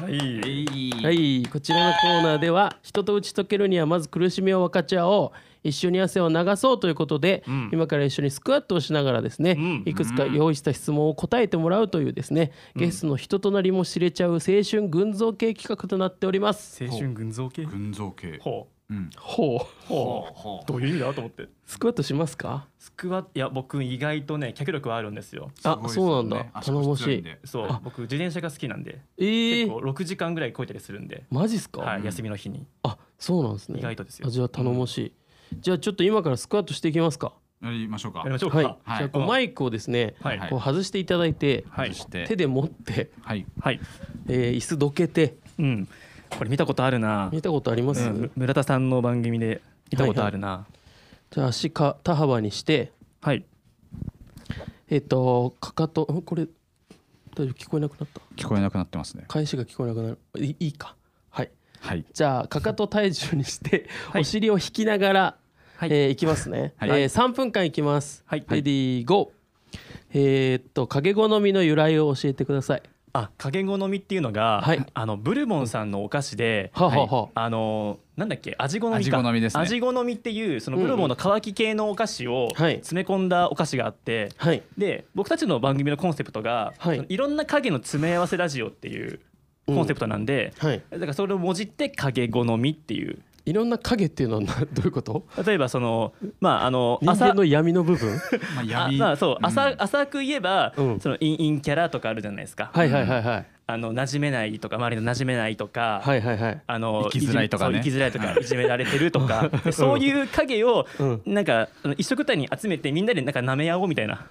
[SPEAKER 2] はい。
[SPEAKER 1] はい、こちらのコーナーでは人と打ち解けるにはまず苦しみを分かち合おう一緒に汗を流そうということで、今から一緒にスクワットをしながらですね、
[SPEAKER 2] ん
[SPEAKER 1] いくつか用意した質問を答えてもらうというですね、ゲストの人となりも知れちゃう青春群像系企画となっております。
[SPEAKER 2] 青春群像系。
[SPEAKER 3] 群像系
[SPEAKER 2] ほ
[SPEAKER 3] うん
[SPEAKER 1] ほ
[SPEAKER 2] う。
[SPEAKER 1] う
[SPEAKER 2] ほう。
[SPEAKER 3] ほ
[SPEAKER 2] どういう意味だと思って。
[SPEAKER 1] スクワットしますか
[SPEAKER 2] スクワットいや僕意外とね脚力はあるんですよ。
[SPEAKER 1] あそうなんだ頼もしい
[SPEAKER 2] そう僕自転車が好きなんで
[SPEAKER 1] えー
[SPEAKER 2] 結構、6時間ぐらいこいたりするんで、
[SPEAKER 1] マジっすか、
[SPEAKER 2] はい、休みの日に
[SPEAKER 1] あそうなんですね
[SPEAKER 2] 意外とですよ
[SPEAKER 1] あじゃあ頼もしい、じゃあちょっと今からスクワットしていきますか
[SPEAKER 3] やりましょうか
[SPEAKER 2] やりましょうか。
[SPEAKER 1] はい、
[SPEAKER 2] はい
[SPEAKER 3] はい
[SPEAKER 1] じゃあこうマイクをですね、
[SPEAKER 2] はい
[SPEAKER 3] はい
[SPEAKER 1] こう外していただいて、
[SPEAKER 2] はい
[SPEAKER 3] 外して
[SPEAKER 1] 手で持って、
[SPEAKER 3] はい
[SPEAKER 2] はい。
[SPEAKER 1] えー椅子どけて
[SPEAKER 2] うん。これ見たことあるな。
[SPEAKER 1] 見たことあります、
[SPEAKER 2] うん村田さんの番組で見たことあるな。
[SPEAKER 1] じゃあ足か田幅にして
[SPEAKER 2] はい。
[SPEAKER 1] えっ、とかかとんこれ大丈夫聞こえなくなった
[SPEAKER 3] 聞こえなくなってますね
[SPEAKER 1] 返しが聞こえなくなるいいいかはい
[SPEAKER 3] はい
[SPEAKER 1] じゃあかかと体重にして、
[SPEAKER 2] はい
[SPEAKER 1] お尻を引きながら、
[SPEAKER 2] はい
[SPEAKER 1] えーいきますね、
[SPEAKER 3] はい
[SPEAKER 1] えー3分間いきます、
[SPEAKER 2] はい
[SPEAKER 1] レディーゴーえーっと影好みの由来を教えてください
[SPEAKER 2] あ、影好みっていうのが、
[SPEAKER 1] はい
[SPEAKER 2] あのブルボンさんのお菓子で、
[SPEAKER 1] はあ、はあはあ
[SPEAKER 2] あのなんだっけ味好みか
[SPEAKER 3] 味好みですね
[SPEAKER 2] 味好みっていうそのブルボンの乾き系のお菓子を
[SPEAKER 1] はい
[SPEAKER 2] 詰め込んだお菓子があって、
[SPEAKER 1] はい
[SPEAKER 2] で僕たちの番組のコンセプトが、
[SPEAKER 1] はい
[SPEAKER 2] そのいろんな影の詰め合わせラジオっていうコンセプトなんで、
[SPEAKER 1] はい
[SPEAKER 2] だからそれをもじって影好みっていう
[SPEAKER 1] いろんな影っていうのはな どういうこと
[SPEAKER 2] 例えばそのまああの
[SPEAKER 1] 人間
[SPEAKER 2] 朝
[SPEAKER 1] の闇の部分
[SPEAKER 3] まあ
[SPEAKER 2] あ
[SPEAKER 3] 闇
[SPEAKER 2] まあそう、
[SPEAKER 3] ん
[SPEAKER 2] 浅浅く言えば、
[SPEAKER 1] うん
[SPEAKER 2] そのインインキャラとかあるじゃないですか、
[SPEAKER 1] はいはいはいはい
[SPEAKER 2] あの馴染めないとか周りの馴染めないとか、
[SPEAKER 1] はいはい はい
[SPEAKER 2] あの
[SPEAKER 3] 生きづらいとかね
[SPEAKER 2] いじめそう生きづらいとかいじめられてると かそういう影を
[SPEAKER 1] うん
[SPEAKER 2] なんかあの一色単に集めてみんなでなんか舐め合おうみたいな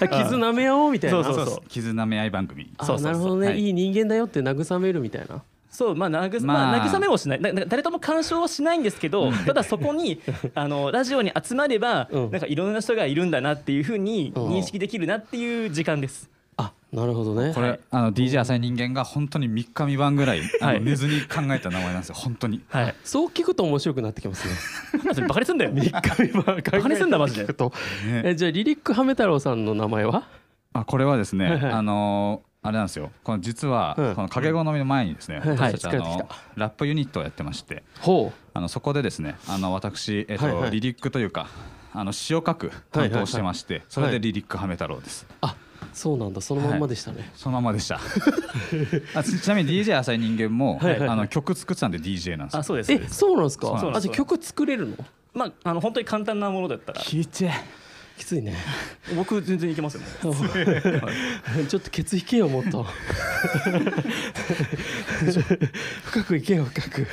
[SPEAKER 1] あ傷舐め合おうみたいな
[SPEAKER 2] そうそうそう
[SPEAKER 3] 傷舐め合い番組
[SPEAKER 1] あ
[SPEAKER 2] そうそうそう
[SPEAKER 1] なるほどね、
[SPEAKER 3] はい
[SPEAKER 1] い、い人間だよって慰めるみたいな
[SPEAKER 2] そうまあ慰,、
[SPEAKER 3] ま
[SPEAKER 2] ま
[SPEAKER 3] あ
[SPEAKER 2] あ、慰めもしないなな誰とも干渉はしないんですけどただそこに あのラジオに集まれば、
[SPEAKER 1] うん
[SPEAKER 2] なんかいろんな人がいるんだなっていうふうに
[SPEAKER 1] うん
[SPEAKER 2] 認識できるなっていう時間です。
[SPEAKER 1] あなるほどね
[SPEAKER 3] これ、あの DJ 浅い人間が本当に3日3晩ぐらい、あの
[SPEAKER 2] はい
[SPEAKER 3] 寝ずに考えた名前なんですよ本当に
[SPEAKER 2] はい
[SPEAKER 1] そう聞くと面白くなってきますね
[SPEAKER 2] なんでバカにすんだよ
[SPEAKER 1] バ
[SPEAKER 2] バカにすんだマジで
[SPEAKER 1] 聞くと
[SPEAKER 3] ね
[SPEAKER 1] えじゃあリリックハメ太郎さんの名前は
[SPEAKER 3] あこれはですね、
[SPEAKER 1] はいはい
[SPEAKER 3] あのーあれなんですよこの実は、
[SPEAKER 1] うん
[SPEAKER 3] この掛け好みの前にですね、
[SPEAKER 1] はいはい
[SPEAKER 3] 私たち、あ
[SPEAKER 1] 疲れて
[SPEAKER 3] のラップユニットをやってまして
[SPEAKER 1] ほ
[SPEAKER 3] あのそこでですねあの私、えっと
[SPEAKER 1] はいはい
[SPEAKER 3] リリックというかあの詩を書く担当をしてまして、それ
[SPEAKER 1] は
[SPEAKER 3] で
[SPEAKER 1] い
[SPEAKER 3] リリックはめ太郎です、
[SPEAKER 1] うあそうなんだそのまんまでしたね、
[SPEAKER 3] そのまま でしたあちちなみに DJ 浅い人間も、
[SPEAKER 1] はいはいはい
[SPEAKER 3] あの曲作ってたんで DJ なんです
[SPEAKER 2] あ
[SPEAKER 3] よ
[SPEAKER 2] そうですそう
[SPEAKER 1] え
[SPEAKER 2] です
[SPEAKER 1] そうなんです
[SPEAKER 3] そ
[SPEAKER 1] か
[SPEAKER 3] うなんです
[SPEAKER 1] あじゃあ曲作れるの
[SPEAKER 2] まああの本当に簡単なものだったら
[SPEAKER 3] 聞いて
[SPEAKER 1] きついね
[SPEAKER 2] 僕全然いけますよね
[SPEAKER 1] ちょっとケツ引けよもっと 深く行けよ深く
[SPEAKER 3] き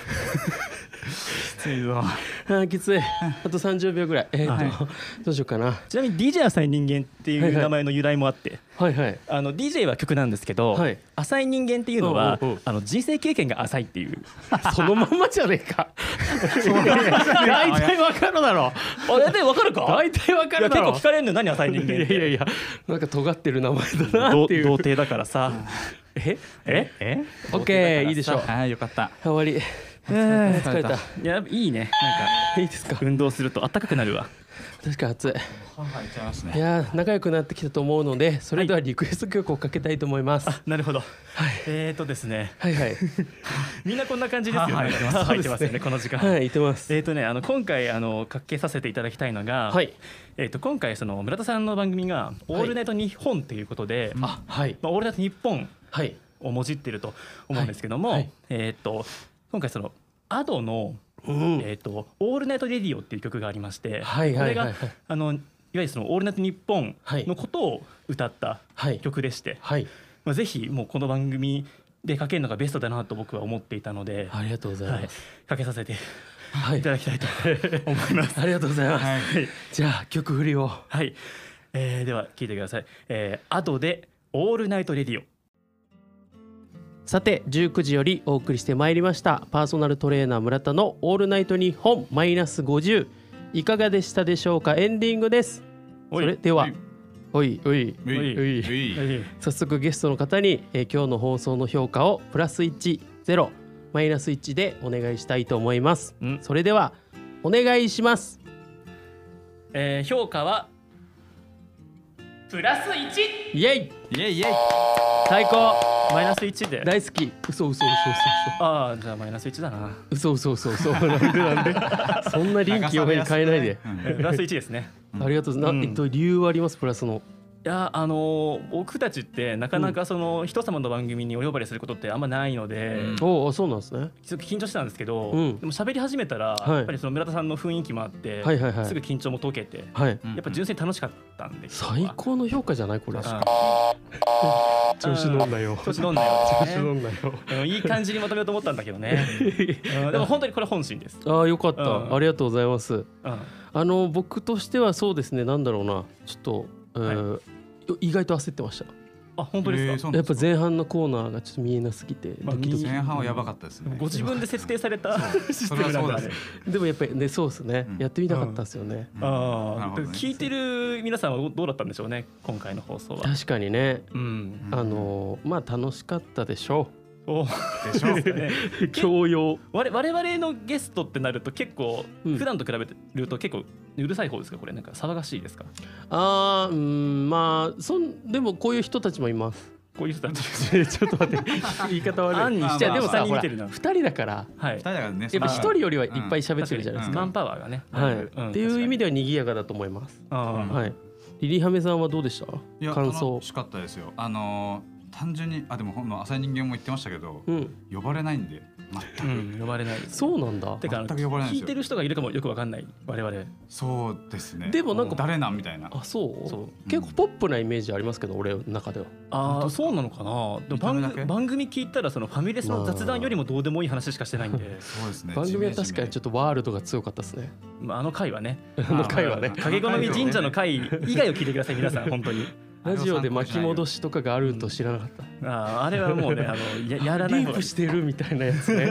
[SPEAKER 3] ついぞ
[SPEAKER 1] あーきついあと30秒ぐらいえーっと、どうしようかな
[SPEAKER 2] ちなみに DJ 浅い人間ってい
[SPEAKER 1] はいうはい
[SPEAKER 2] 名前の由来もあって
[SPEAKER 1] はい はい
[SPEAKER 2] あの DJ は曲なんですけど、
[SPEAKER 1] はい
[SPEAKER 2] 浅い人間っていうのは
[SPEAKER 1] おうおうおう
[SPEAKER 2] あの人生経験が浅いっていう
[SPEAKER 1] そのまんまじゃねえか 大体わかるだろ
[SPEAKER 2] あれでわかるか
[SPEAKER 1] 大体わか
[SPEAKER 2] いや
[SPEAKER 1] るだ
[SPEAKER 2] 結
[SPEAKER 1] ろ
[SPEAKER 2] 構聞かれるの何浅い人間っ
[SPEAKER 1] い
[SPEAKER 2] て
[SPEAKER 1] やいやいやなんか尖ってる名前だな
[SPEAKER 2] ど
[SPEAKER 1] ってい
[SPEAKER 2] 童
[SPEAKER 1] う
[SPEAKER 2] 貞だからさ
[SPEAKER 1] え
[SPEAKER 2] ええ
[SPEAKER 1] オッケ ーいいでしょう
[SPEAKER 3] はいよかった
[SPEAKER 1] 終わり疲
[SPEAKER 3] 疲
[SPEAKER 1] れた
[SPEAKER 2] いやいいねなん
[SPEAKER 1] いいですか
[SPEAKER 2] か運動すると暖かくなるわ
[SPEAKER 1] 確かに暑い
[SPEAKER 3] はいいっちゃいます
[SPEAKER 1] い
[SPEAKER 3] ね
[SPEAKER 1] やー仲良くなってきたと思うのでそれではリクエスト曲をかけたいと思い ます、
[SPEAKER 2] なるほど、えーとですね
[SPEAKER 1] はいはい
[SPEAKER 2] みんなこんな感じですよね
[SPEAKER 3] はいはい
[SPEAKER 2] 入ってますよねこの時間、
[SPEAKER 1] はいいてます
[SPEAKER 2] えーとねあの今回あのかけさせていただきたいのが、
[SPEAKER 1] はい
[SPEAKER 2] えー、と今回その村田さんの番組が「オールナイトニッポン」っていうことで、ま
[SPEAKER 1] あはい
[SPEAKER 2] あ、オールナイトニッポン
[SPEAKER 1] はい
[SPEAKER 2] をもじってると思うんですけども、
[SPEAKER 1] はいはい
[SPEAKER 2] えっ、と今回そのアドの、
[SPEAKER 1] うん
[SPEAKER 2] えっ、とオールナイトレディオっていう曲がありまして、
[SPEAKER 1] はいはいはいはい
[SPEAKER 2] これがあのいわゆるそのオールナイトニッポンのことを歌った
[SPEAKER 1] はい
[SPEAKER 2] 曲でして、
[SPEAKER 1] はい
[SPEAKER 2] まあぜひもうこの番組でかけるのがベストだなと僕は思っていたので、
[SPEAKER 1] ありがとうござい
[SPEAKER 2] はい
[SPEAKER 1] ます、
[SPEAKER 2] かけさせて
[SPEAKER 1] はい
[SPEAKER 2] いただきたいと 思います。
[SPEAKER 1] ありがとうございます、
[SPEAKER 3] はい
[SPEAKER 1] じゃあ曲振りを
[SPEAKER 2] はい、えーでは聞いてください。えー、アドでオールナイトレディオ。
[SPEAKER 1] さて19時よりお送りしてまいりましたパーソナルトレーナー村田の「オールナイトニッポンマイナス50」いかがでしたでしょうかエンディングですそ
[SPEAKER 2] おい
[SPEAKER 1] れでは
[SPEAKER 3] はい
[SPEAKER 1] おいおい
[SPEAKER 3] ウィ
[SPEAKER 1] ういう
[SPEAKER 3] い
[SPEAKER 1] 早速ゲストの方に、えー今日の放送の評価をプラス10マイナス1でお願いしたいと思います
[SPEAKER 2] うん
[SPEAKER 1] それではお願いします
[SPEAKER 2] えー評価はプラス1
[SPEAKER 1] イエイ
[SPEAKER 3] イエイイエイ
[SPEAKER 1] 最高
[SPEAKER 2] マイナス1で
[SPEAKER 1] 大好き嘘嘘嘘
[SPEAKER 2] ああじゃあマイナス1だな
[SPEAKER 1] 嘘嘘嘘嘘嘘なんでなんでそんな臨機応変に変えないで、
[SPEAKER 3] うん
[SPEAKER 2] えープラス1ですね
[SPEAKER 1] ありがとうございます、
[SPEAKER 2] うん
[SPEAKER 1] なえっと理由はありますプラスの
[SPEAKER 2] いやあのー僕たちってなかなかその人様の番組にお呼ばれすることってあんまないので、
[SPEAKER 3] うん
[SPEAKER 1] おおそうなんですね
[SPEAKER 2] すごく緊張してたんですけど、
[SPEAKER 1] うん
[SPEAKER 2] でも喋り始めたら、
[SPEAKER 1] はい
[SPEAKER 2] やっぱりその村田さんの雰囲気もあって、
[SPEAKER 1] はいはいはい
[SPEAKER 2] すぐ緊張も解けて、
[SPEAKER 1] はい
[SPEAKER 3] うん
[SPEAKER 2] やっぱ純粋に楽しかったんで
[SPEAKER 1] 最高の評価じゃないこれ
[SPEAKER 2] 今日はうん
[SPEAKER 1] だよ
[SPEAKER 2] 調子乗んなよ、
[SPEAKER 1] んだよ
[SPEAKER 2] あのいい感じにまとめようと思ったんだけどね、うんでも本当にこれ本心です、
[SPEAKER 1] ああよかった、
[SPEAKER 2] うん
[SPEAKER 1] ありがとうございます
[SPEAKER 2] うん
[SPEAKER 1] あの僕としてはそうですねなんだろうなちょっと、えー意外と焦ってました
[SPEAKER 2] あ本当ですか、
[SPEAKER 3] えーそうな
[SPEAKER 1] や
[SPEAKER 3] ん
[SPEAKER 1] っ
[SPEAKER 3] で
[SPEAKER 1] ぱ
[SPEAKER 3] すか
[SPEAKER 1] 前半のコーナーがちょっと見えなすぎてドキドキ
[SPEAKER 3] 前半はやばかったですね
[SPEAKER 2] ご自分で設定された システ
[SPEAKER 3] それ
[SPEAKER 2] ム
[SPEAKER 3] は
[SPEAKER 2] な
[SPEAKER 3] そ
[SPEAKER 2] ん
[SPEAKER 3] う
[SPEAKER 2] だあ
[SPEAKER 3] です
[SPEAKER 2] れ
[SPEAKER 3] ね
[SPEAKER 1] でもやっぱりねそうですね、
[SPEAKER 3] うん
[SPEAKER 1] やってみたかったですよね、
[SPEAKER 3] なる
[SPEAKER 2] あ
[SPEAKER 3] ほ
[SPEAKER 2] あ、
[SPEAKER 3] どね
[SPEAKER 2] 聞いてる皆さんはどうだったんでしょうね今回の放送は。
[SPEAKER 1] 確かにね
[SPEAKER 2] うん、
[SPEAKER 1] あのーまあ楽しかったでしょ
[SPEAKER 2] お
[SPEAKER 3] でしょ
[SPEAKER 2] ですか ね
[SPEAKER 1] う教養
[SPEAKER 2] 我我々のゲストってなると結構、
[SPEAKER 1] うん
[SPEAKER 2] 普段と比べてると結構うるさい方ですかこれなんか騒がしいですか
[SPEAKER 1] あーうんまあそんでもこういう人たちもいます
[SPEAKER 2] こういう人たち
[SPEAKER 1] ちょっと待って言い方悪い
[SPEAKER 2] 案にしちゃう
[SPEAKER 1] でも
[SPEAKER 2] ま
[SPEAKER 1] さ
[SPEAKER 2] あ
[SPEAKER 1] ほ
[SPEAKER 2] まあ
[SPEAKER 1] ら
[SPEAKER 2] 見てるな
[SPEAKER 1] 2人だから
[SPEAKER 2] はい
[SPEAKER 3] 二人だからね
[SPEAKER 1] やっぱ1人よりはいっぱい
[SPEAKER 3] し
[SPEAKER 1] 喋ってるじゃないですか、
[SPEAKER 2] マンパワーがね、
[SPEAKER 1] はい
[SPEAKER 2] うん
[SPEAKER 1] っていう意味では賑やかだと思います、
[SPEAKER 2] 確かにあー
[SPEAKER 3] うん
[SPEAKER 1] はいリリハメさんはどうでした
[SPEAKER 3] いや
[SPEAKER 1] 感想
[SPEAKER 3] 楽しかったですよあのー単純にあでもほんの浅い人間も言ってましたけど
[SPEAKER 1] うん
[SPEAKER 3] 呼ばれないんで
[SPEAKER 2] う
[SPEAKER 3] 全く
[SPEAKER 2] ん呼ばれないです
[SPEAKER 1] そうなんだ
[SPEAKER 2] てかあの
[SPEAKER 3] 全く呼ばれないです
[SPEAKER 2] 聞
[SPEAKER 3] よ
[SPEAKER 2] いてる人がいるかもよくわかんない我々
[SPEAKER 3] そうですね
[SPEAKER 1] でもなんか
[SPEAKER 3] 誰なんみたいな
[SPEAKER 1] あそう
[SPEAKER 2] そう
[SPEAKER 1] 結構ポップなイメージありますけど俺の中では
[SPEAKER 2] ああそうなのかなでも
[SPEAKER 3] 見た目
[SPEAKER 2] 番
[SPEAKER 3] だけ
[SPEAKER 2] 組番組聞いたらそのファミレスの雑談よりもどうでもいい話しかしてないんで、
[SPEAKER 3] そうですね
[SPEAKER 1] 番組は確かにちょっ
[SPEAKER 3] っ
[SPEAKER 1] とワールドが強かったですね
[SPEAKER 2] まあ、あの回はね
[SPEAKER 1] あの回はね
[SPEAKER 2] 影好み神社の回以外を聞いてください皆さん本当に
[SPEAKER 1] ラジオで巻き戻しとかがあると知らなかった。
[SPEAKER 2] あーあれはもうねあのややらない
[SPEAKER 1] リー
[SPEAKER 2] 方がい
[SPEAKER 1] プ
[SPEAKER 2] い
[SPEAKER 1] してるみたいなや つね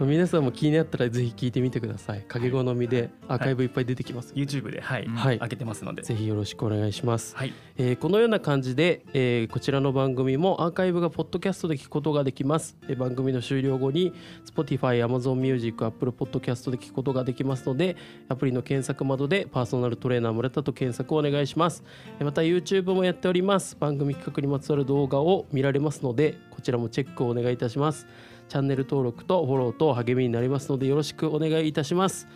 [SPEAKER 1] 皆さんも気になったらぜひ聞いてみてください影好みでアーカイブいっぱい出てきます、
[SPEAKER 2] YouTube ではい、
[SPEAKER 1] はい
[SPEAKER 2] 開けてますので
[SPEAKER 1] ぜひよろしくお願いします、
[SPEAKER 2] はい
[SPEAKER 1] えーこのような感じで、えーこちらの番組もアーカイブがポッドキャストで聞くことができます、えー番組の終了後に Spotify、Amazon Music、Apple Podcast で聞くことができますのでアプリの検索窓でパーソナルトレーナー村田と検索をお願いします、えーまた YouTube もやっております番組企画にまつわる動画を見られますのでこちらもチェックをお願いいたしますチャンネル登録とフォローと励みになりますのでよろしくお願いいたします。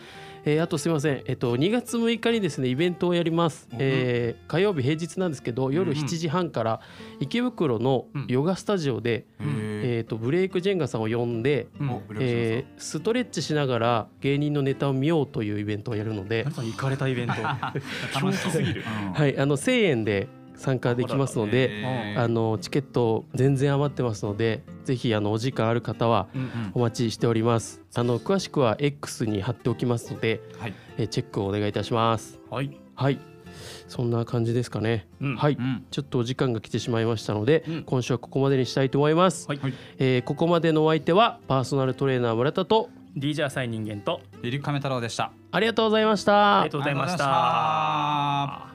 [SPEAKER 1] えーあとすいません、えっと、2月6日にですねイベントをやります、えー火曜日平日なんですけど夜
[SPEAKER 3] うんうん
[SPEAKER 1] 7時半から池袋のヨガスタジオで、え
[SPEAKER 3] え
[SPEAKER 1] ー、とブレイクジェンガさんを呼んで、
[SPEAKER 2] うん
[SPEAKER 3] おブレイク
[SPEAKER 1] えーストレッチしながら芸人のネタを見ようというイベントをやるので
[SPEAKER 2] なん、か行かれたイベント
[SPEAKER 3] さん楽しそ
[SPEAKER 2] 狂気
[SPEAKER 3] う
[SPEAKER 2] すぎる
[SPEAKER 3] うん
[SPEAKER 1] はい、あの1000円で参加できますので、
[SPEAKER 3] えー
[SPEAKER 1] あのチケット全然余ってますのでぜひあのお時間ある方は
[SPEAKER 2] うん
[SPEAKER 3] うん
[SPEAKER 1] お待ちしておりますあの詳しくは X に貼っておきますので、
[SPEAKER 3] はい
[SPEAKER 1] えーチェックをお願いいたします
[SPEAKER 2] はい、
[SPEAKER 1] はいそんな感じですかね、
[SPEAKER 2] うん
[SPEAKER 1] はい、
[SPEAKER 3] うん
[SPEAKER 1] ちょっとお時間が来てしまいましたので、
[SPEAKER 2] うん
[SPEAKER 1] 今週はここまでにしたいと思います、
[SPEAKER 2] はい
[SPEAKER 3] はい
[SPEAKER 1] えーここまでのお相手はパーソナルトレーナー村田と
[SPEAKER 2] DJ 浅い人間と
[SPEAKER 3] リリックカメ太郎でした
[SPEAKER 1] ありがとうございました
[SPEAKER 2] ありがとうございました
[SPEAKER 3] ありがとうございました